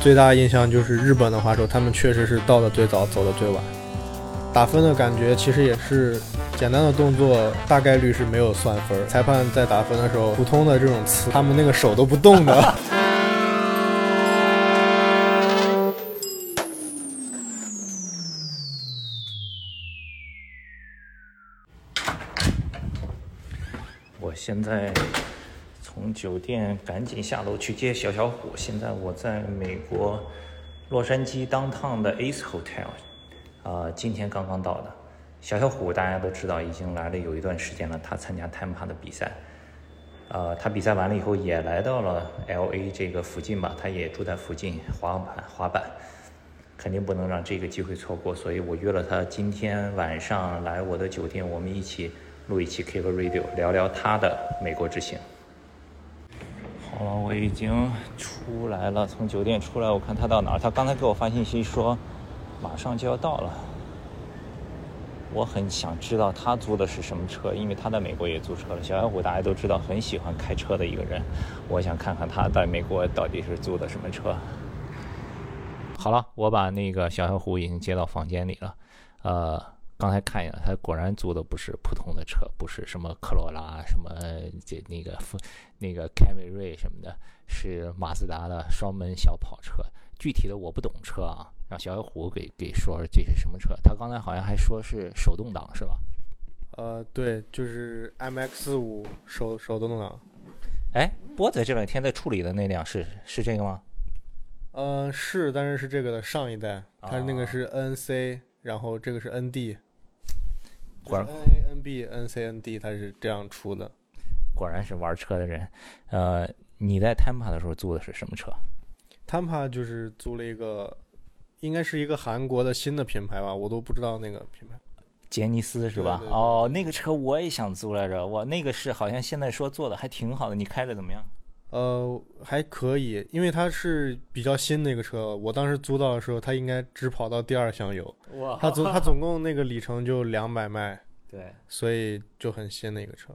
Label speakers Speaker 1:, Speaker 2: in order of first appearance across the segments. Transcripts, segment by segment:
Speaker 1: 最大的印象就是日本的滑手，他们确实是到的最早，走的最晚。打分的感觉其实也是简单的动作，大概率是没有算分儿。裁判在打分的时候，普通的这种词，他们那个手都不动的。
Speaker 2: 我现在从酒店赶紧下楼去接小小虎。现在我在美国洛杉矶 downtown 的 Ace Hotel，呃，今天刚刚到的。小小虎大家都知道，已经来了有一段时间了。他参加 Tampa 的比赛，呃，他比赛完了以后也来到了 LA 这个附近吧，他也住在附近滑板滑板，肯定不能让这个机会错过，所以我约了他今天晚上来我的酒店，我们一起录一期 Keep Radio，聊聊他的美国之行。好了，我已经出来了，从酒店出来，我看他到哪儿。他刚才给我发信息说，马上就要到了。我很想知道他租的是什么车，因为他在美国也租车了。小小虎大家都知道，很喜欢开车的一个人，我想看看他在美国到底是租的什么车。好了，我把那个小小虎已经接到房间里了。呃，刚才看一眼，他果然租的不是普通的车，不是什么科罗拉、什么这那个呃那个凯美瑞什么的，是马自达的双门小跑车。具体的我不懂车啊，让小小虎给给说说这是什么车。他刚才好像还说是手动挡是吧？
Speaker 1: 呃，对，就是 MX 五手手动挡。
Speaker 2: 哎，波仔这两天在处理的那辆是是这个吗？
Speaker 1: 呃，是，但是是这个的上一代，它那个是 NC，、然后这个是 ND，
Speaker 2: 果然
Speaker 1: NA、NB、NC、ND，它是这样出的。
Speaker 2: 果然是玩车的人。呃，你在 Tampa 的时候租的是什么车？
Speaker 1: Tampa 就是租了一个，应该是一个韩国的新的品牌吧，我都不知道那个品牌。
Speaker 2: 杰尼斯是吧？
Speaker 1: 对对对
Speaker 2: 哦，那个车我也想租来着，我那个是好像现在说做的还挺好的，你开着怎么样？
Speaker 1: 呃，还可以，因为它是比较新的一个车，我当时租到的时候，它应该只跑到第二箱油，
Speaker 2: 哇
Speaker 1: 它总它总共那个里程就两百迈，
Speaker 2: 对，
Speaker 1: 所以就很新的一个车。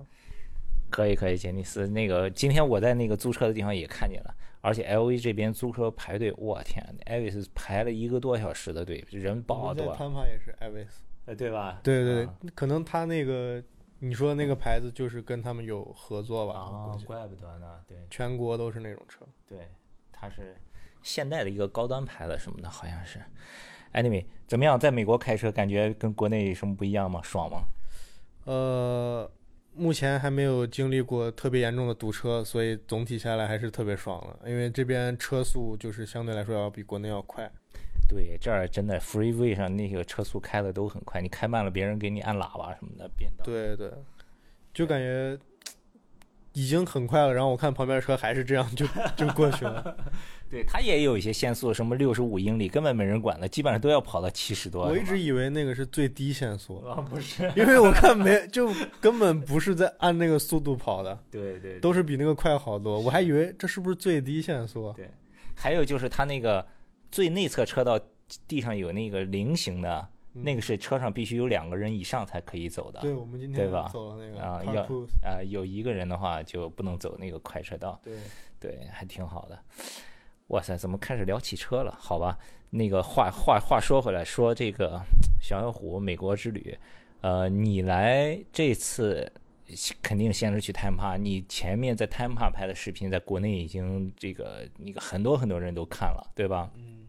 Speaker 2: 可以可以，杰尼斯那个今天我在那个租车的地方也看见了，而且 L A 这边租车排队，我天，Avis 排了一个多小时的队，人爆
Speaker 1: 我在
Speaker 2: 多，
Speaker 1: Tampa 也是 Avis，
Speaker 2: 呃对吧？
Speaker 1: 对对对，
Speaker 2: 啊
Speaker 1: 可能它那个你说的那个牌子就是跟他们有合作吧，我
Speaker 2: 啊
Speaker 1: 估，计
Speaker 2: 怪不得呢，对
Speaker 1: 全国都是那种车。
Speaker 2: 对，它是现代的一个高端牌子什么的，好像是。Anyway，怎么样，在美国开车感觉跟国内有什么不一样吗？爽吗？
Speaker 1: 呃，目前还没有经历过特别严重的堵车，所以总体下来还是特别爽的。因为这边车速就是相对来说要比国内要快。
Speaker 2: 对，这儿真的 freeway 上那个车速开的都很快，你开慢了，别人给你按喇叭什么的变道。
Speaker 1: 对对，就感觉已经很快了，然后我看旁边车还是这样就就过去了。
Speaker 2: 对，它也有一些限速，什么六十五英里，根本没人管的，基本上都要跑到七十多。
Speaker 1: 我一
Speaker 2: 是吧
Speaker 1: 直以为那个是最低限速，
Speaker 2: 啊不是，
Speaker 1: 因为我看没就根本不是在按那个速度跑的，
Speaker 2: 对对
Speaker 1: 都是比那个快好多。我还以为这是不是最低限速啊？
Speaker 2: 对。还有就是它那个最内侧车道地上有那个菱形的，那个是车上必须有两个人以上才可以走的。
Speaker 1: 对，我们今
Speaker 2: 对
Speaker 1: 天
Speaker 2: 吧
Speaker 1: 走了那个
Speaker 2: 啊
Speaker 1: Park
Speaker 2: 要
Speaker 1: Cruise
Speaker 2: 啊、有一个人的话就不能走那个快车道。
Speaker 1: 对。
Speaker 2: 对，还挺好的。哇塞，怎么开始聊汽车了？好吧，那个话话话说回来，说这个小小虎美国之旅，呃，你来这次肯定先是去 Tampa，你前面在 Tampa 拍的视频，在国内已经这个那个很多很多人都看了，对吧？嗯，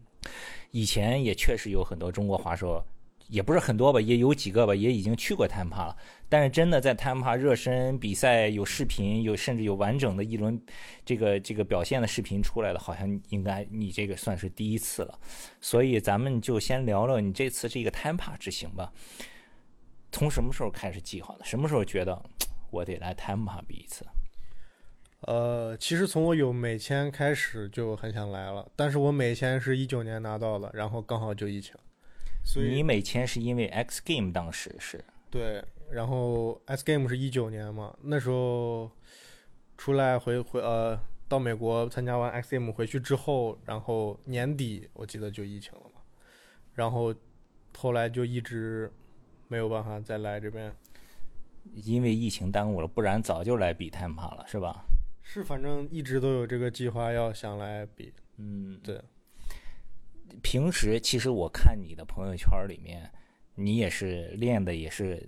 Speaker 2: 以前也确实有很多中国滑手。也不是很多吧，也有几个吧，也已经去过 Tampa 了。但是真的在 Tampa 热身比赛有视频，有甚至有完整的一轮这个这个表现的视频出来了，好像应该你这个算是第一次了，所以咱们就先聊聊你这次这个 Tampa 之行吧。从什么时候开始计划的？什么时候觉得我得来 Tampa 比一次？
Speaker 1: 呃，其实从我有美签开始就很想来了，但是我美签是一九年拿到的，然后刚好就疫情，所
Speaker 2: 你
Speaker 1: 以
Speaker 2: 美签是因为 X Game 当时是
Speaker 1: 对，然后 S Game 是一九年嘛，那时候出来回回呃到美国参加完 X Game 回去之后，然后年底我记得就疫情了嘛，然后后来就一直没有办法再来这边，
Speaker 2: 因为疫情耽误了，不然早就来比 Tampa 了，是吧？
Speaker 1: 是反正一直都有这个计划要想来比，
Speaker 2: 嗯，
Speaker 1: 对。
Speaker 2: 平时其实我看你的朋友圈里面，你也是练的也是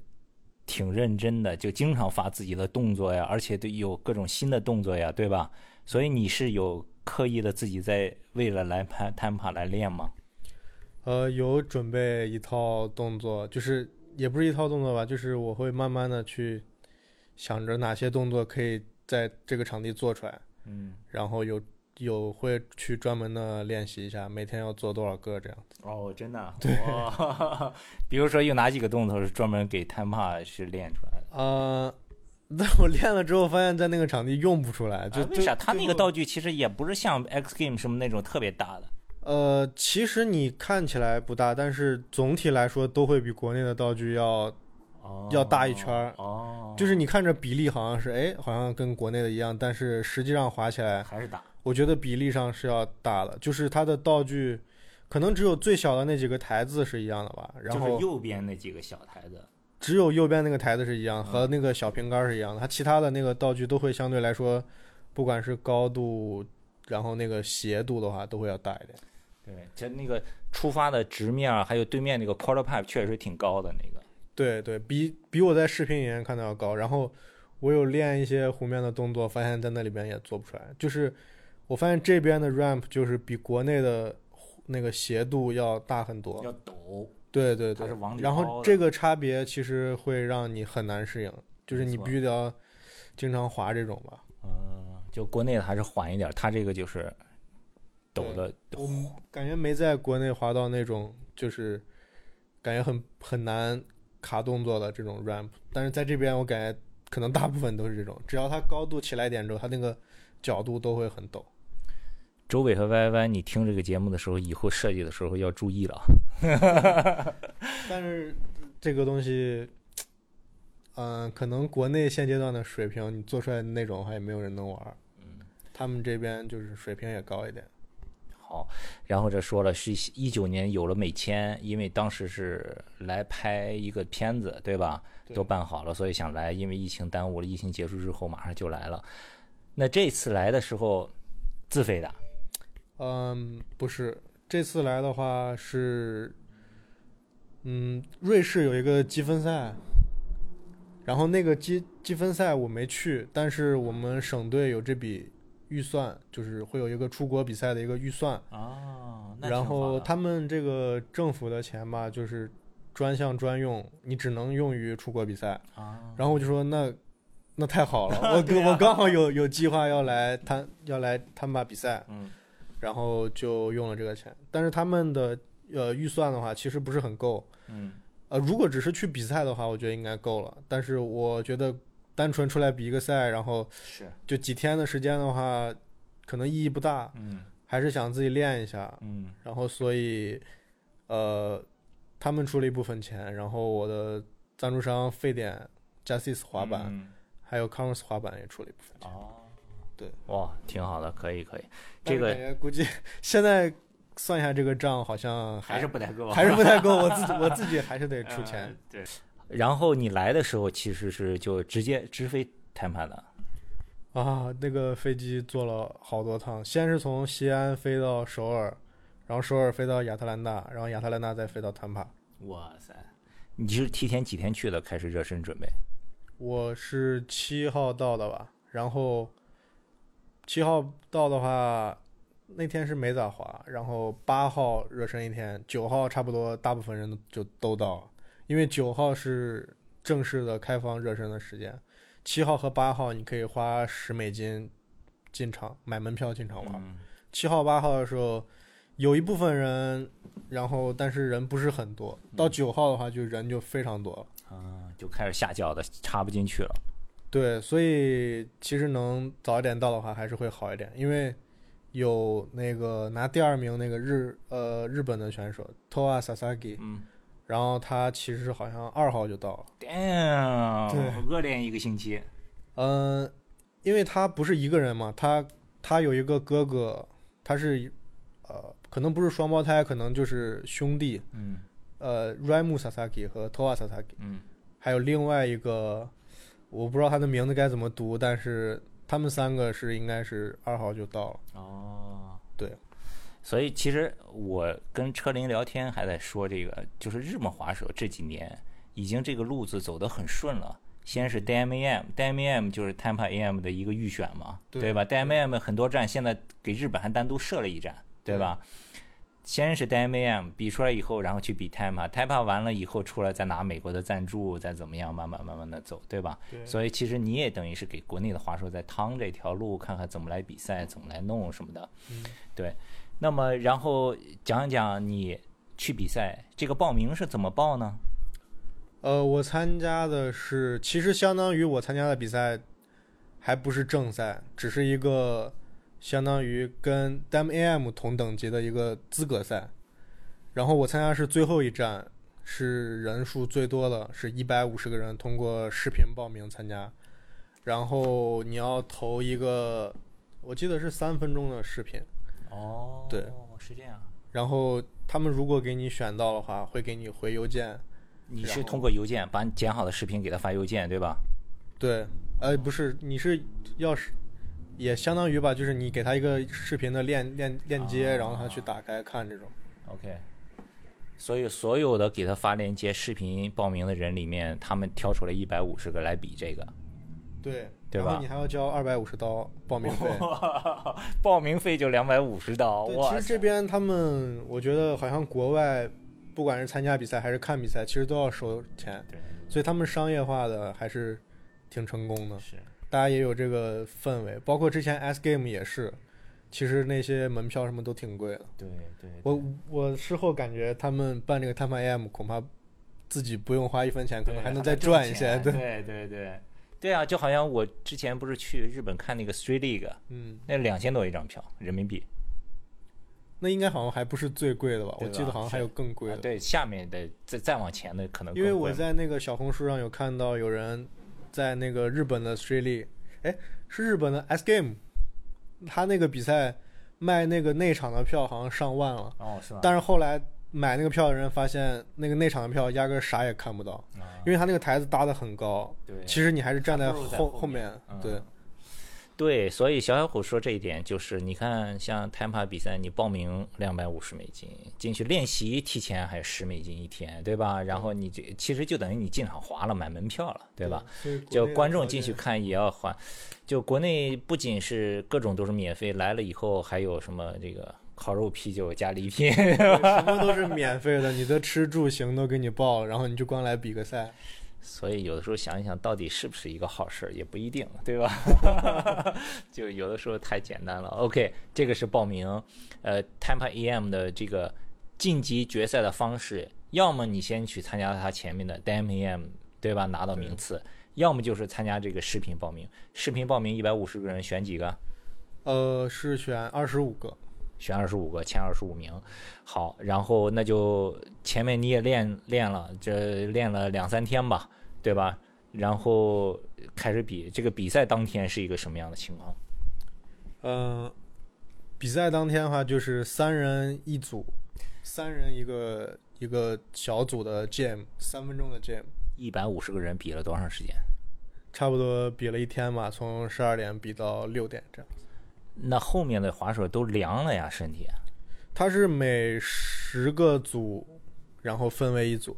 Speaker 2: 挺认真的，就经常发自己的动作呀，而且对有各种新的动作呀，对吧？所以你是有刻意的自己在为了来攀攀爬来练吗？
Speaker 1: 呃，有准备一套动作，就是也不是一套动作吧，就是我会慢慢的去想着哪些动作可以在这个场地做出来，
Speaker 2: 嗯，
Speaker 1: 然后有有会去专门的练习一下，每天要做多少个这样子。
Speaker 2: 哦，真的、啊， 对，比如说有哪几个动作是专门给攀爬是练出来的？
Speaker 1: 呃， 但我练了之后发现，在那个场地用不出来，就、
Speaker 2: 啊为
Speaker 1: 就
Speaker 2: 啥他那
Speaker 1: 就
Speaker 2: 个道具其实也不是像 X Game 什么那种特别大的？
Speaker 1: 呃，其实你看起来不大，但是总体来说都会比国内的道具要，
Speaker 2: 哦
Speaker 1: 要大一圈儿
Speaker 2: 哦，
Speaker 1: 就是你看着比例好像是，哎，好像跟国内的一样，但是实际上滑起来，
Speaker 2: 还是大。
Speaker 1: 我觉得比例上是要大的，就是它的道具，可能只有最小的那几个台子是一样的吧，然
Speaker 2: 就是
Speaker 1: 后
Speaker 2: 右边那几个小台子，
Speaker 1: 只有右边那个台子是一样，和那个小瓶盖是一样的，它其他的那个道具都会相对来说，不管是高度，然后那个斜度的话，都会要大一点。
Speaker 2: 对，就那个出发的直面儿，还有对面那个 quarter pipe 确实挺高的那个。
Speaker 1: 对对，比比我在视频里面看到要高。然后我有练一些湖面的动作，发现在那里边也做不出来。就是我发现这边的 ramp 就是比国内的湖那个斜度要大很多。
Speaker 2: 要抖，
Speaker 1: 对对
Speaker 2: 它
Speaker 1: 对
Speaker 2: 是，往里
Speaker 1: 然
Speaker 2: 凹
Speaker 1: 后
Speaker 2: 的
Speaker 1: 这个差别其实会让你很难适应，就是
Speaker 2: 没
Speaker 1: 你
Speaker 2: 错
Speaker 1: 必须得要经常滑这种吧。
Speaker 2: 嗯，就国内的还是缓一点，它这个就是抖的，
Speaker 1: 我感觉没在国内滑到那种就是感觉很很难卡动作的这种 ramp，但是在这边我感觉可能大部分都是这种，只要它高度起来一点之后，它那个角度都会很陡。
Speaker 2: 周伟和歪歪，你听这个节目的时候，以后设计的时候要注意了啊。
Speaker 1: 但是这个东西，嗯、可能国内现阶段的水平，你做出来的那种还也没有人能玩。嗯，他们这边就是水平也高一点。
Speaker 2: 好，然后这说了是一九年有了美签，因为当时是来拍一个片子，对吧？
Speaker 1: 对
Speaker 2: 都办好了，所以想来，因为疫情耽误了，疫情结束之后马上就来了。那这次来的时候，自费的，
Speaker 1: 嗯，不是，这次来的话是，嗯，瑞士有一个积分赛，然后那个积积分赛我没去，但是我们省队有这笔预算，就是会有一个出国比赛的一个预算，
Speaker 2: 哦，那
Speaker 1: 然
Speaker 2: 挺好
Speaker 1: 后
Speaker 2: 的
Speaker 1: 他们这个政府的钱吧，就是专项专用，你只能用于出国比赛。
Speaker 2: 啊，
Speaker 1: 然后我就说那那太好了， 我
Speaker 2: 对
Speaker 1: 跟
Speaker 2: 啊
Speaker 1: 我刚好有有计划要来探要来探坝比赛，
Speaker 2: 嗯，
Speaker 1: 然后就用了这个钱。但是他们的呃预算的话，其实不是很够。
Speaker 2: 嗯，
Speaker 1: 呃，如果只是去比赛的话，我觉得应该够了。但是我觉得单纯出来比一个赛，然后
Speaker 2: 是，
Speaker 1: 就几天的时间的话，可能意义不大，
Speaker 2: 嗯
Speaker 1: 还是想自己练一下。
Speaker 2: 嗯，
Speaker 1: 然后所以呃，他们出了一部分钱，然后我的赞助商沸点、Jasis 滑板、
Speaker 2: 嗯
Speaker 1: 还有 Converse 滑板也出了一部分钱。
Speaker 2: 哦，
Speaker 1: 对，
Speaker 2: 哇，挺好的，可以可以，
Speaker 1: 但
Speaker 2: 这
Speaker 1: 是
Speaker 2: 个
Speaker 1: 感觉估计 现在算一下这个账，好像
Speaker 2: 还是不太够啊，
Speaker 1: 还是不太够，我自己我自己还是得出
Speaker 2: 呃
Speaker 1: 钱。
Speaker 2: 对，然后你来的时候其实是就直接直飞谈判的，
Speaker 1: 啊。那个飞机坐了好多趟，先是从西安飞到首尔，然后首尔飞到亚特兰大，然后亚特兰大再飞到坦帕。
Speaker 2: 哇塞，你是提前几天去的，开始热身准备？
Speaker 1: 我是七号到的吧，然后七号到的话，那天是没咋滑，然后八号热身一天，九号差不多大部分人就都到了，因为九号是正式的开放热身的时间，七号和八号你可以花十美金进场买门票进场玩，
Speaker 2: 嗯，
Speaker 1: 七号八号的时候，有一部分人，然后但是人不是很多，到九号的话就人就非常多了。
Speaker 2: 啊，就开始下脚的，插不进去了。
Speaker 1: 对，所以其实能早一点到的话还是会好一点，因为有那个拿第二名那个日呃日本的选手 Toa Sasaki，
Speaker 2: 嗯
Speaker 1: 然后他其实好像二号就到了，
Speaker 2: ，damn，
Speaker 1: 对
Speaker 2: 恶练一个星期。
Speaker 1: 嗯，因为他不是一个人嘛，他他有一个哥哥，他是呃可能不是双胞胎，可能就是兄弟，
Speaker 2: 嗯
Speaker 1: 呃 Raimu Sasaki 和 Toa Sasaki。
Speaker 2: 嗯，
Speaker 1: 还有另外一个，我不知道他的名字该怎么读，但是他们三个是应该是二号就到了。
Speaker 2: 哦，
Speaker 1: 对。
Speaker 2: 所以其实我跟车林聊天还在说这个，就是日本滑手这几年已经这个路子走得很顺了。先是 DMAM，DMAM 就是 Tampa AM 的一个预选嘛，
Speaker 1: 对
Speaker 2: 对吧？DMAM 很多站现在给日本还单独设了一站，对吧？先是 DMAM 比出来以后，然后去比 Tampa，Tampa 完了以后出来再拿美国的赞助，再怎么样，慢慢慢慢的走，对吧？
Speaker 1: 对
Speaker 2: 所以其实你也等于是给国内的滑手在趟这条路，看看怎么来比赛，怎么来弄什么的。对。那么，然后讲一讲你去比赛这个报名是怎么报呢？
Speaker 1: 呃，我参加的是，其实相当于我参加的比赛还不是正赛，只是一个相当于跟 Dam AM 同等级的一个资格赛。然后我参加是最后一站，是人数最多的，是一百五十个人通过视频报名参加。然后你要投一个，我记得是三分钟的视频。
Speaker 2: 哦，
Speaker 1: 对，
Speaker 2: 是这样。
Speaker 1: 然后他们如果给你选到的话，会给你回邮件。
Speaker 2: 你
Speaker 1: 然
Speaker 2: 是
Speaker 1: 后
Speaker 2: 通过邮件把你剪好的视频给他发邮件，对吧？
Speaker 1: 对，呃，不是，你是要是也相当于吧，就是你给他一个视频的链链链接，
Speaker 2: 啊
Speaker 1: 然后他去打开看这种。
Speaker 2: OK，所以所有的给他发链接、视频报名的人里面，他们挑出来一百五十个来比这个。
Speaker 1: 对，
Speaker 2: 对
Speaker 1: 然
Speaker 2: 吧
Speaker 1: 后你还要交二百五十刀报名费。
Speaker 2: 报名费就两百五十刀，
Speaker 1: 对，
Speaker 2: 哇
Speaker 1: 其实这
Speaker 2: 塞！
Speaker 1: 边他们，我觉得好像国外，不管是参加比赛还是看比赛，其实都要收钱，
Speaker 2: 对，
Speaker 1: 所以他们商业化的还是挺成功的。
Speaker 2: 是
Speaker 1: 大家也有这个氛围，包括之前 S Game 也是，其实那些门票什么都挺贵的。
Speaker 2: 对对
Speaker 1: 我我事后感觉他们办这个 t a m AM 恐怕自己不用花一分钱，可能还能再赚一些。
Speaker 2: 对
Speaker 1: 对，
Speaker 2: 对对对对啊，就好像我之前不是去日本看那个 Street League，
Speaker 1: 嗯，
Speaker 2: 那两千多一张票人民币，
Speaker 1: 那应该好像还不是最贵的吧？
Speaker 2: 对
Speaker 1: 我
Speaker 2: 吧
Speaker 1: 记得好像还有更贵
Speaker 2: 啊
Speaker 1: 的。
Speaker 2: 对，下面的再再往前的可能
Speaker 1: 因为
Speaker 2: 啊更贵
Speaker 1: 我
Speaker 2: 嘛
Speaker 1: 在那个小红书上有看到有人在那个日本的 Street League，哎，是日本的 S Game，他那个比赛卖那个内场的票好像上万了，
Speaker 2: 哦是吧？
Speaker 1: 但是后来买那个票的人发现那个内场的票压根儿啥也看不到，
Speaker 2: 啊
Speaker 1: 因为他那个台子搭得很高，
Speaker 2: 对
Speaker 1: 其实你还是站
Speaker 2: 还
Speaker 1: 在
Speaker 2: 不如在
Speaker 1: 后
Speaker 2: 后
Speaker 1: 面
Speaker 2: 嗯，
Speaker 1: 对。
Speaker 2: 对，所以小小虎说这一点就是，你看像 Tampa 比赛，你报名两百五十美金进去练习，提前还有十美金一天，对吧？然后你这其实就等于你进场花了，买门票了，对吧？？就观众进去看也要花，就国内不仅是各种都是免费，来了以后还有什么这个烤肉、啤酒加礼品，
Speaker 1: 对什么都是免费的，你的吃住行都给你报了，然后你就光来比个赛。
Speaker 2: 所以有的时候想一想，到底是不是一个好事儿也不一定，对吧？ 就有的时候太简单了。OK，这个是报名，呃，Tampa EM 的这个晋级决赛的方式，要么你先去参加他前面的 Dam EM，对吧？拿到名次，要么就是参加这个视频报名。视频报名一百五十个人选几个？
Speaker 1: 呃，是选二十五个，
Speaker 2: 选二十五个，前二十五名。好，然后那就前面你也练练了，这练了两三天吧，对吧？然后开始比，这个比赛当天是一个什么样的情况？
Speaker 1: 嗯、比赛当天的话就是三人一组，三人一个一个小组的 jam，三分钟的 jam，
Speaker 2: 一百五十个人比了多长时间？
Speaker 1: 差不多比了一天吧，从十二点比到六点这样。
Speaker 2: 那后面的滑手都凉了呀，身体。
Speaker 1: 它是每十个组，然后分为一组，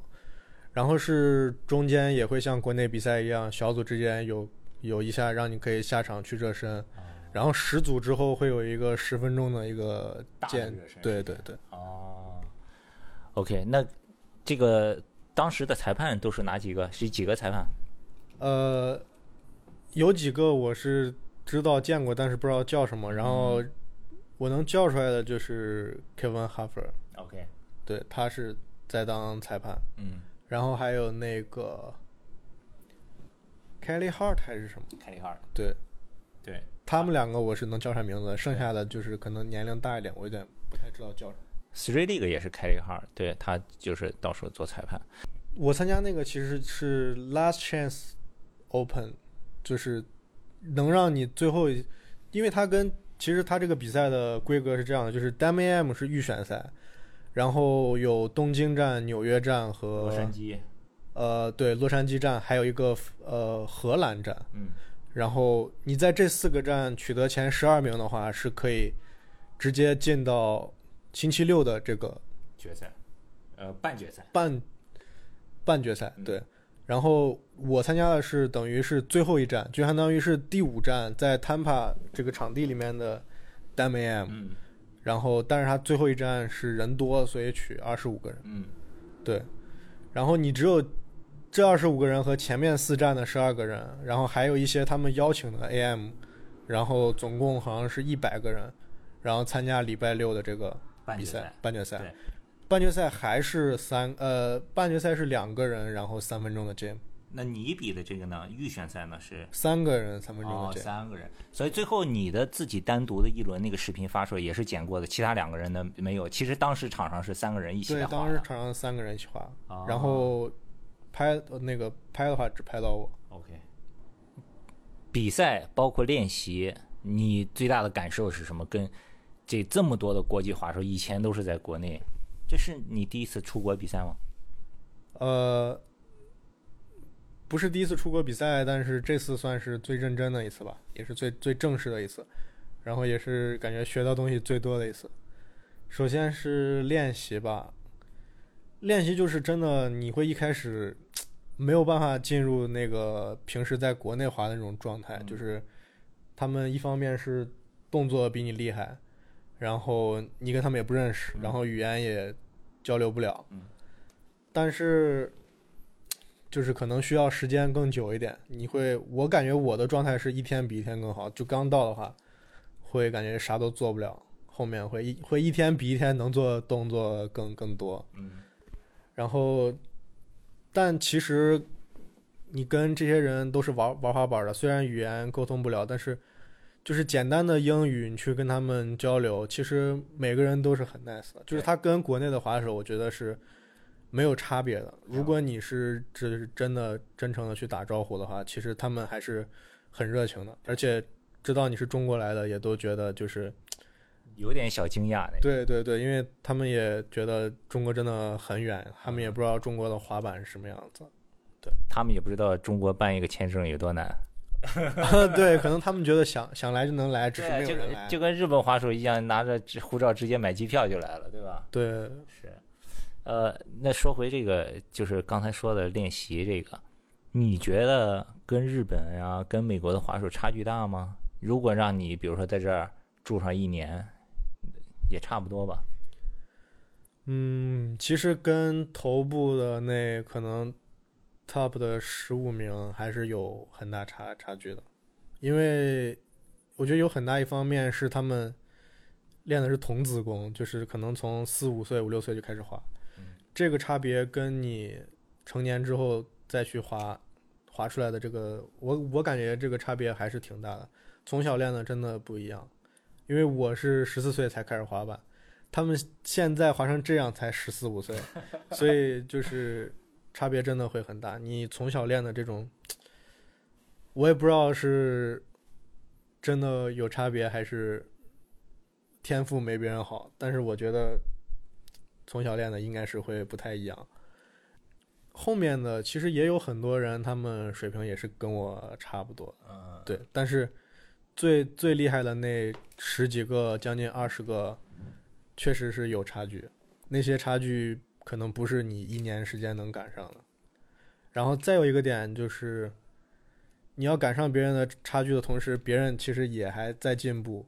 Speaker 1: 然后是中间也会像国内比赛一样，小组之间有有一下让你可以下场去热身，然后十组之后会有一个十分钟的一个
Speaker 2: 大的
Speaker 1: 间
Speaker 2: 热身，
Speaker 1: 对对对，
Speaker 2: 哦，OK，那这个当时的裁判都是哪几个？是几个裁判？
Speaker 1: 呃，有几个我是知道见过，但是不知道叫什么，然后
Speaker 2: 嗯
Speaker 1: 我能叫出来的就是 Kevin Huffer，
Speaker 2: OK，
Speaker 1: 对，他是在当裁判。
Speaker 2: 嗯，
Speaker 1: 然后还有那个 Kelly Hart 还是什么？
Speaker 2: 凯利哈尔，
Speaker 1: 对
Speaker 2: 对，
Speaker 1: 他们两个我是能叫上名字，剩下的就是可能年龄大一点，我有点不太知道叫什么。
Speaker 2: Street League 也是凯利哈尔，对他就是到时候做裁判。
Speaker 1: 我参加那个其实是 Last Chance Open，就是能让你最后一，因为它跟其实它这个比赛的规格是这样的，就是 Dam AM 是预选赛，然后有东京站、纽约站和
Speaker 2: 矶，
Speaker 1: 呃对洛杉矶站，还有一个呃荷兰站。
Speaker 2: 嗯，
Speaker 1: 然后你在这四个站取得前十二名的话，是可以直接进到星期六的这个
Speaker 2: 决赛，呃，半决赛。
Speaker 1: 半半决赛，对。然后我参加的是等于是最后一站，就相当于是第五站，在 Tampa 这个场地里面的 Dam AM，、
Speaker 2: 嗯
Speaker 1: 然后但是它最后一站是人多，所以取二十五个人，
Speaker 2: 嗯
Speaker 1: 对。然后你只有这二十五个人和前面四站的十二个人，然后还有一些他们邀请的 AM，然后总共好像是一百个人，然后参加礼拜六的这个
Speaker 2: 半
Speaker 1: 比
Speaker 2: 决
Speaker 1: 赛
Speaker 2: 赛。
Speaker 1: 半决赛
Speaker 2: 对。
Speaker 1: 半决赛还是三呃，半决赛是两个人，然后三分钟的 jam，
Speaker 2: 那你比的这个呢？预选赛呢是
Speaker 1: 三个人三分钟
Speaker 2: 哦
Speaker 1: 的 jam，、
Speaker 2: 三个人，所以最后你的自己单独的一轮那个视频发出来也是剪过的，其他两个人的没有。其实当时场上是三个人一起
Speaker 1: 对
Speaker 2: 在，
Speaker 1: 当
Speaker 2: 画
Speaker 1: 时
Speaker 2: 的。
Speaker 1: 场上三个人一起滑，
Speaker 2: 哦
Speaker 1: 然后拍呃那个拍的话只拍到我，
Speaker 2: OK，比赛包括练习，你最大的感受是什么？跟这这么多的国际滑手，以前都是在国内，这是你第一次出国比赛吗？
Speaker 1: 呃，不是第一次出国比赛，但是这次算是最认真的一次吧，也是最最正式的一次，然后也是感觉学到东西最多的一次。首先是练习吧，练习就是真的，你会一开始没有办法进入那个平时在国内滑的那种状态，就是他们一方面是动作比你厉害，然后你跟他们也不认识，然后语言也交流不了，但是就是可能需要时间更久一点。你会，我感觉我的状态是一天比一天更好。就刚到的话，会感觉啥都做不了，后面会一会一天比一天能做的动作更更多。
Speaker 2: 嗯，
Speaker 1: 然后，但其实你跟这些人都是玩玩滑板的，虽然语言沟通不了，但是就是简单的英语，你去跟他们交流，其实每个人都是很 nice 的。就是他跟国内的滑手，我觉得是没有差别的。如果你是只真的真诚的去打招呼的话，其实他们还是很热情的，而且知道你是中国来的，也都觉得就是
Speaker 2: 有点小惊讶的。
Speaker 1: 对对对，因为他们也觉得中国真的很远，他
Speaker 2: 嗯
Speaker 1: 们也不知道中国的滑板是什么样 子。
Speaker 2: 他们也不知道中国办一个签证有多难。
Speaker 1: 对，可能他们觉得想想来就能来，只是没
Speaker 2: 对，
Speaker 1: 有
Speaker 2: 就
Speaker 1: 人来
Speaker 2: 跟。就跟日本滑手一样，拿着直护照直接买机票就来了，对吧？
Speaker 1: 对，
Speaker 2: 是，呃，那说回这个，就是刚才说的练习这个，你觉得跟日本啊、跟美国的滑手差距大吗？如果让你，比如说在这儿住上一年，也差不多吧。
Speaker 1: 嗯，其实跟头部的那可能 top 的十五名还是有很大差差距的，因为我觉得有很大一方面是他们练的是童子功，就是可能从四五岁、五六岁就开始滑，这个差别跟你成年之后再去滑滑出来的这个，我我感觉这个差别还是挺大的。从小练的真的不一样，因为我是十四岁才开始滑板。他们现在滑成这样才十四五岁，所以就是差别真的会很大。你从小练的这种，我也不知道是真的有差别还是天赋没别人好，但是我觉得从小练的应该是会不太一样。后面的其实也有很多人，他们水平也是跟我差不多，
Speaker 2: 嗯，
Speaker 1: 对，但是最最厉害的那十几个，将近二十个，确实是有差距。那些差距可能不是你一年时间能赶上的。然后再有一个点就是，你要赶上别人的差距的同时，别人其实也还在进步。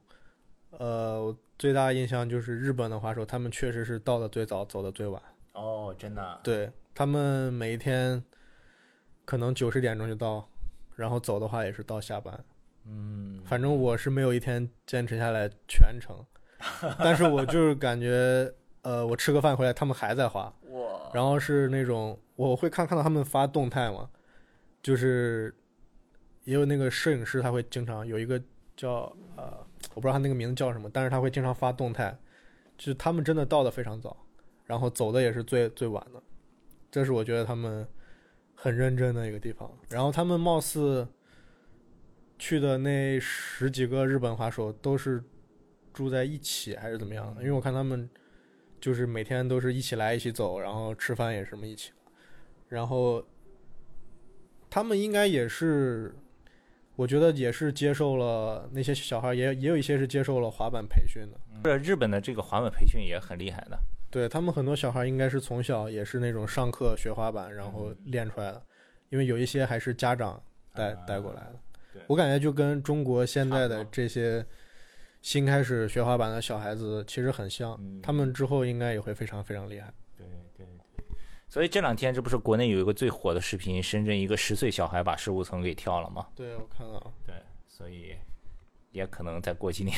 Speaker 1: 呃，我最大的印象就是日本的滑手，他们确实是到的最早，走的最晚。
Speaker 2: 哦，真的，
Speaker 1: 对他们每一天可能九十点钟就到，然后走的话也是到下班。
Speaker 2: 嗯，
Speaker 1: 反正我是没有一天坚持下来全程，但是我就是感觉，呃，我吃个饭回来，他们还在滑，
Speaker 2: 我
Speaker 1: 然后是那种我会看看到他们发动态嘛，就是也有那个摄影师他会经常有一个叫呃，我不知道他那个名字叫什么，但是他会经常发动态，就是他们真的到的非常早，然后走的也是最最晚的，这是我觉得他们很认真的一个地方。然后他们貌似去的那十几个日本滑手都是住在一起还是怎么样的？因为我看他们就是每天都是一起来一起走，然后吃饭也什么一起，然后他们应该也是，我觉得也是接受了那些小孩也也有一些是接受了滑板培训的，
Speaker 2: 是日本的这个滑板培训也很厉害的。
Speaker 1: 对他们很多小孩应该是从小也是那种上课学滑板，然
Speaker 2: 嗯
Speaker 1: 后练出来的，因为有一些还是家长带
Speaker 2: 啊
Speaker 1: 带过来的
Speaker 2: 对。
Speaker 1: 我感觉就跟中国现在
Speaker 2: 差不
Speaker 1: 的
Speaker 2: 多
Speaker 1: 这些新开始学滑板的小孩子其实很像，
Speaker 2: 嗯
Speaker 1: 他们之后应该也会非常非常厉害。
Speaker 2: 对对对。所以这两天这不是国内有一个最火的视频，深圳一个十岁小孩把十五层给跳了吗？
Speaker 1: 对，我看到。
Speaker 2: 对，所以也可能再过几年。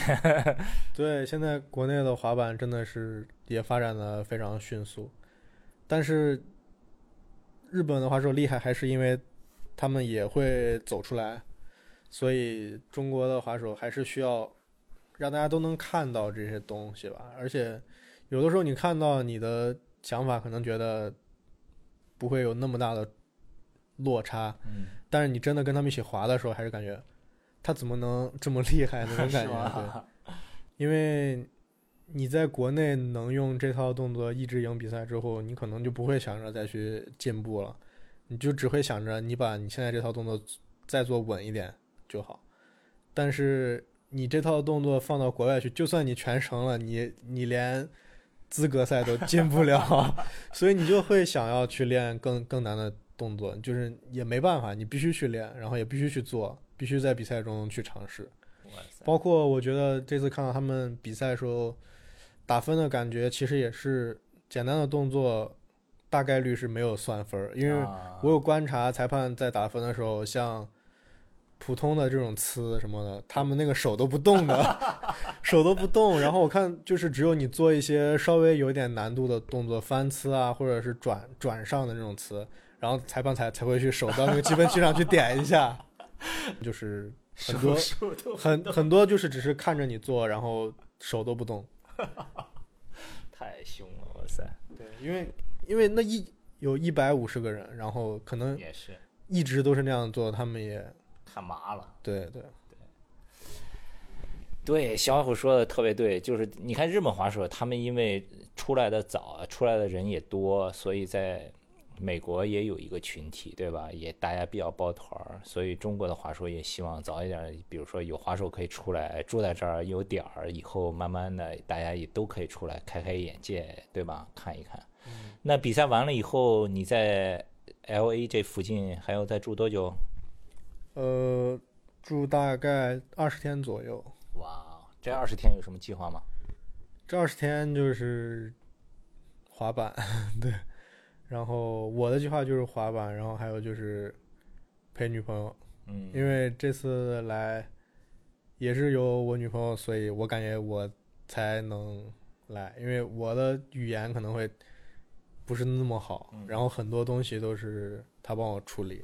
Speaker 1: 对，现在国内的滑板真的是也发展的非常迅速，但是日本的滑手厉害，还是因为他们也会走出来，所以中国的滑手还是需要让大家都能看到这些东西吧。而且有的时候你看到你的想法，可能觉得不会有那么大的落差，
Speaker 2: 嗯，
Speaker 1: 但是你真的跟他们一起滑的时候，还是感觉他怎么能这么厉害那种 感觉。对
Speaker 2: 吧？
Speaker 1: 因为你在国内能用这套动作一直赢比赛之后，你可能就不会想着再去进步了，你就只会想着你把你现在这套动作再做稳一点就好。但是你这套动作放到国外去，就算你全程了，你你连资格赛都进不了， 所以你就会想要去练更更难的动作，就是也没办法，你必须去练，然后也必须去做，必须在比赛中去尝试。
Speaker 2: 哇塞，
Speaker 1: 包括我觉得这次看到他们比赛的时候打分的感觉，其实也是简单的动作，大概率是没有算分儿，因为
Speaker 2: 啊
Speaker 1: 我有观察裁判在打分的时候，像普通的这种呲什么的，他们那个手都不动的，手都不动。然后我看就是只有你做一些稍微有点难度的动作，翻呲啊，或者是转转上的这种呲，然后裁判才才会去手到那个积分区上去点一下，就是很多很很多就是只是看着你做，然后手都不动。
Speaker 2: 太凶了，哇塞，
Speaker 1: 对，因为因为那一有一百五十个人，然后可能
Speaker 2: 也是
Speaker 1: 一直都是那样做，他们也
Speaker 2: 看麻了。
Speaker 1: 对对。
Speaker 2: 对，小虎说的特别对，就是你看日本滑手，他们因为出来的早，啊出来的人也多，所以在美国也有一个群体，对吧？也大家比较抱团儿，所以中国的滑手也希望早一点儿，比如说有滑手可以出来住在这儿，有点儿以后慢慢的大家也都可以出来开开眼界，对吧？看一看。那比赛完了以后，你在 L A 这附近还要再住多久？
Speaker 1: 呃，住大概二十天左右。
Speaker 2: 哇，哦这二十天有什么计划吗？
Speaker 1: 这二十天就是滑板， 对。然后我的计划就是滑板，然后还有就是陪女朋友，
Speaker 2: 嗯，
Speaker 1: 因为这次来也是有我女朋友，所以我感觉我才能来，因为我的语言可能会不是那么好，然后很多东西都是她帮我处理。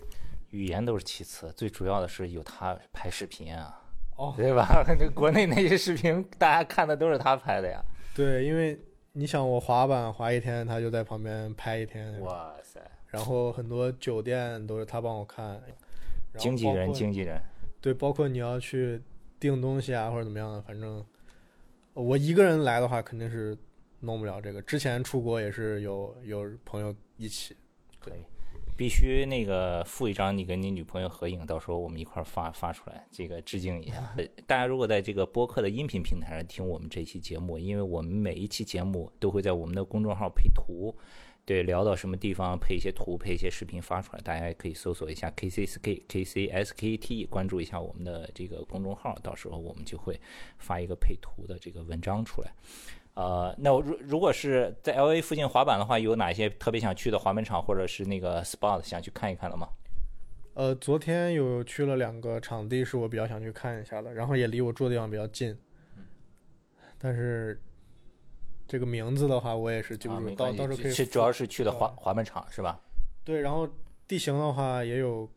Speaker 2: 语言都是其次，最主要的是有他拍视频啊，
Speaker 1: 哦
Speaker 2: 对吧？ 这国内那些视频大家看的都是他拍的呀。
Speaker 1: 对，因为你想我滑板滑一天，她就在旁边拍一天，
Speaker 2: 哇塞，
Speaker 1: 然后很多酒店都是他帮我看，然后
Speaker 2: 经纪
Speaker 1: 包
Speaker 2: 人，
Speaker 1: 括
Speaker 2: 经纪人，
Speaker 1: 对，包括你要去订东西啊或者怎么样的，反正呃我一个人来的话肯定是弄不了这个。之前出国也是有有朋友一起，
Speaker 2: 可以，必须那个附一张你跟你女朋友合影，到时候我们一块儿发发出来，这个致敬一下。呃 大家如果在这个播客的音频平台上听我们这期节目，因为我们每一期节目都会在我们的公众号配图。对，聊到什么地方配一些图，配一些视频发出来，大家也可以搜索一下 KCSK KCSKT，关注一下我们的这个公众号，到时候我们就会发一个配图的这个文章出来。呃，那我如如果是在 L A 附近滑板的话，有哪些特别想去的滑板场或者是那个 spot 想去看一看的吗？
Speaker 1: 呃，昨天有去了两个场地，是我比较想去看一下的，然后也离我住的地方比较近。
Speaker 2: 嗯
Speaker 1: 但是这个名字的话，我也是记不
Speaker 2: 啊
Speaker 1: 住，
Speaker 2: 没
Speaker 1: 到
Speaker 2: 关系
Speaker 1: 到时候可以
Speaker 2: 是
Speaker 1: 附
Speaker 2: 主要是去的滑滑板场是吧？
Speaker 1: 对，然后地形的话也有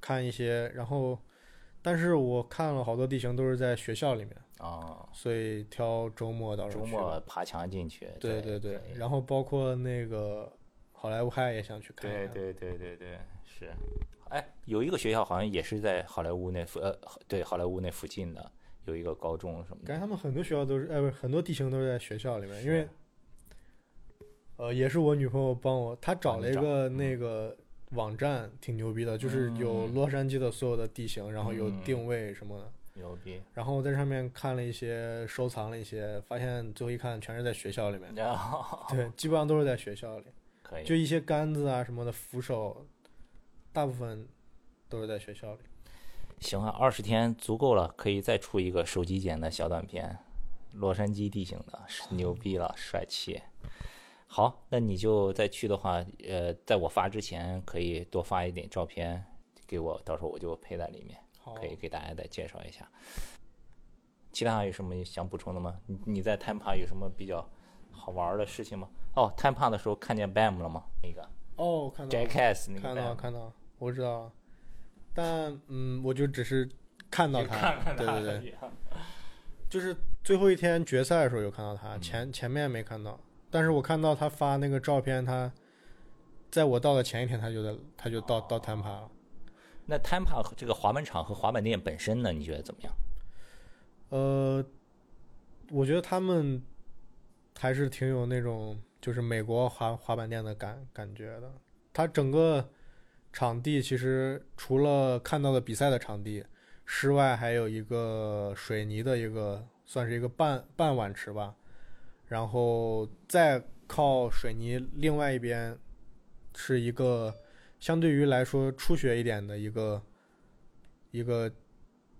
Speaker 1: 看一些，然后但是我看了好多地形都是在学校里面，
Speaker 2: 啊、
Speaker 1: 所以挑周末到时候
Speaker 2: 周
Speaker 1: 去
Speaker 2: 末
Speaker 1: 吧。
Speaker 2: 爬墙进去。
Speaker 1: 对
Speaker 2: 对
Speaker 1: 对
Speaker 2: 可，以
Speaker 1: 然后包括那个好莱坞嗨也想去看一
Speaker 2: 对
Speaker 1: 看。
Speaker 2: 对对对对，是。哎，有一个学校好像也是在好莱坞那附呃，对好莱坞那附近的有一个高中什么
Speaker 1: 感
Speaker 2: 的。
Speaker 1: 觉他们很多学校都是，呃，不是很多地形都是在学校里面，因为，呃，也是我女朋友帮我，她找了一
Speaker 2: 帮你找
Speaker 1: 个
Speaker 2: 嗯
Speaker 1: 那个网站挺牛逼的，就是有洛杉矶的所有的地形，然后有
Speaker 2: 嗯
Speaker 1: 定位什么的。
Speaker 2: 牛逼。
Speaker 1: 然后我在上面看了一些，收藏了一些，发现最后一看全是在学校里面。
Speaker 2: 然 后
Speaker 1: 对，基本上都是在学校里，
Speaker 2: 可以，
Speaker 1: 就一些杆子啊什么的扶手，大部分都是在学校里。
Speaker 2: 行啊，二十天足够了，可以再出一个手机剪的小短片，洛杉矶地形的，是牛逼了，帅气。好，那你就再去的话，呃，在我发之前可以多发一点照片给我，到时候我就配在里面，
Speaker 1: 好，
Speaker 2: 可以给大家再介绍一下。其他还有什么想补充的吗？你你在探帕有什么比较好玩的事情吗？哦，探帕的时候看见 BAM 了吗？那个
Speaker 1: 哦，看到了
Speaker 2: Jackass 那
Speaker 1: 看
Speaker 2: 个
Speaker 1: 到了
Speaker 2: BAM，
Speaker 1: 看到了，我知道了。但嗯，我就只是看到
Speaker 2: 就
Speaker 1: 他，
Speaker 2: 看看
Speaker 1: 对
Speaker 2: 他
Speaker 1: 对对，
Speaker 2: 对，
Speaker 1: 就是最后一天决赛的时候有看到
Speaker 2: 嗯
Speaker 1: 他，前前面没看到，但是我看到他发那个照片，他在我到的前一天他就在他就到到摊牌了。
Speaker 2: 那 Tampa 和这个滑板场和滑板店本身呢，你觉得怎么样？
Speaker 1: 呃，我觉得他们还是挺有那种就是美国滑滑板店的感感觉的。它整个场地其实除了看到的比赛的场地，室外还有一个水泥的一个算是一个半半碗池吧，然后再靠水泥另外一边是一个相对于来说初学一点的一个一个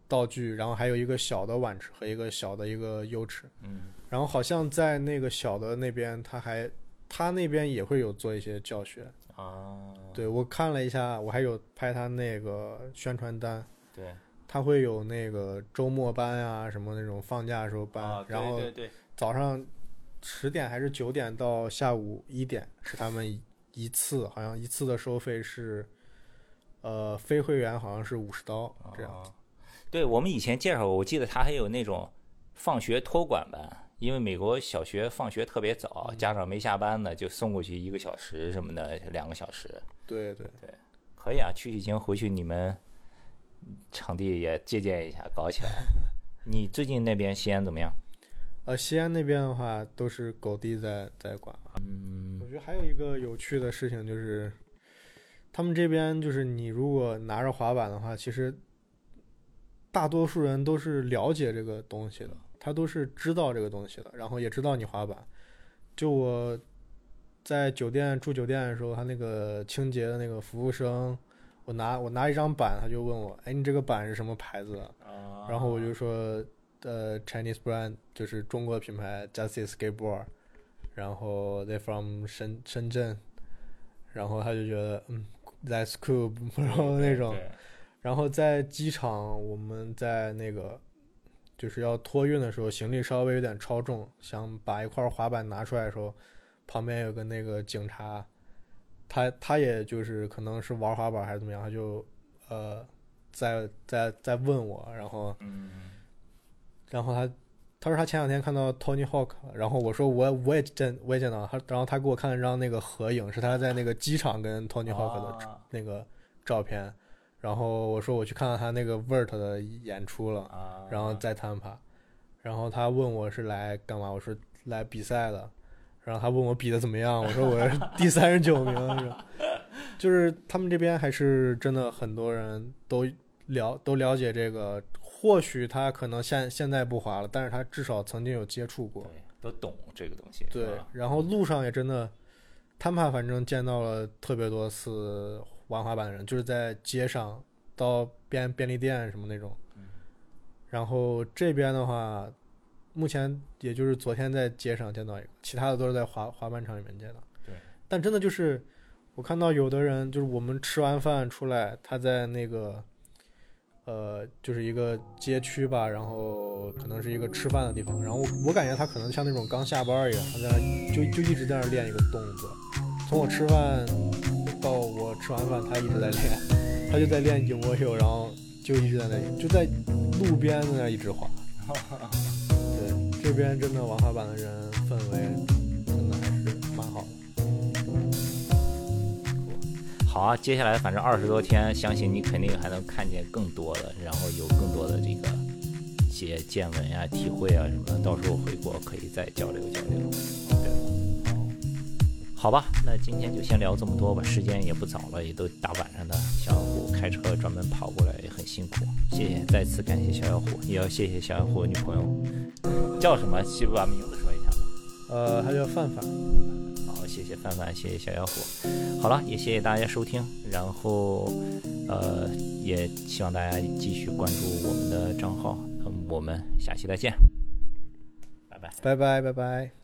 Speaker 1: 道具，然后还有一个小的碗池和一个小的一个优池。
Speaker 2: 嗯，
Speaker 1: 然后好像在那个小的那边，他还他那边也会有做一些教学。
Speaker 2: 啊，
Speaker 1: 对我看了一下，我还有拍他那个宣传单，
Speaker 2: 对，
Speaker 1: 他会有那个周末班啊，什么那种放假的时候班，
Speaker 2: 啊，
Speaker 1: 然后
Speaker 2: 对对对，
Speaker 1: 早上十点还是九点到下午一点是他们一一次，好像一次的收费是，呃，非会员好像是五十刀这样。
Speaker 2: 啊对我们以前介绍过，我记得他还有那种放学托管班，因为美国小学放学特别早，家长没下班呢，就送过去一个小时什么的，两个小时，
Speaker 1: 对对，
Speaker 2: 可以啊，去取经回去你们场地也借鉴一下，搞起 来。你最近那边西安怎么样？
Speaker 1: 呃，西安那边的话都是狗弟在在管。嗯，我觉得还有一个有趣的事情就是，他们这边就是你如果拿着滑板的话，其实大多数人都是了解这个东西的，他都是知道这个东西的，然后也知道你滑板。就我在酒店住酒店的时候，他那个清洁的那个服务生，我拿我拿一张板，他就问我，哎，你这个板是什么牌子的？
Speaker 2: 啊
Speaker 1: 嗯然后我就说，呃，Chinese brand 就是中国品牌 Justice Skateboard，然后 they from 深深圳，然后他就觉得嗯，that's cool，然 后那种，然后在机场我们在那个就是要托运的时候，行李稍微有点超重，想把一块滑板拿出来的时候，旁边有个那个警察，他他也就是可能是玩滑板还是怎么样，他就呃在在在问我，然后。
Speaker 2: 嗯，
Speaker 1: 然后他他说他前两天看到 Tony Hawk，然后我说我我也见我也见到了他，然后他给我看了一张那个合影，是他在那个机场跟 Tony Hawk 的
Speaker 2: 啊
Speaker 1: 那个照片，然后我说我去看看他那个 Vert 的演出了，
Speaker 2: 啊，
Speaker 1: 然后再摊牌，然后他问我是来干嘛，我说来比赛的，然后他问我比的怎么样，我说我是第三十九名，是吧就是他们这边还是真的很多人都了都了解这个，或许他可能现现在不滑了，但是他至少曾经有接触过
Speaker 2: 对，，都懂这个东西，
Speaker 1: 对
Speaker 2: 啊，
Speaker 1: 然后路上也真的，他们反正见到了特别多次玩滑板的人，就是在街上到便便利店什么那种。
Speaker 2: 嗯
Speaker 1: 然后这边的话，目前也就是昨天在街上见到一个，其他的都是在滑滑板场里面见到。
Speaker 2: 对，
Speaker 1: 但真的就是我看到有的人，就是我们吃完饭出来，他在那个。呃，就是一个街区吧，然后可能是一个吃饭的地方，然后我我感觉他可能像那种刚下班儿一样，他在那就就一直在那儿练一个动作，从我吃饭到我吃完饭，他一直在练，他就在练仰卧秀，然后就一直在那里，就在路边在那儿一直滑。对，这边真的玩滑板的人氛围真的还是蛮好的。
Speaker 2: 好啊，接下来反正二十多天，相信你肯定还能看见更多的，然后有更多的这个一些见闻啊、体会啊什么的，到时候回国可以再交流交流。对，好吧，那今天就先聊这么多吧，时间也不早了，也都大晚上的。小老虎开车专门跑过来也很辛苦，谢谢，再次感谢小老虎，也要谢谢小老虎女朋友，叫什么？西不把名字说一下吧。
Speaker 1: 呃，他叫范范，
Speaker 2: 好，谢谢范范，谢谢小妖虎。好了，也谢谢大家收听，然后呃，也希望大家继续关注我们的账号，嗯，我们下期再见，拜拜。
Speaker 1: 拜拜拜拜。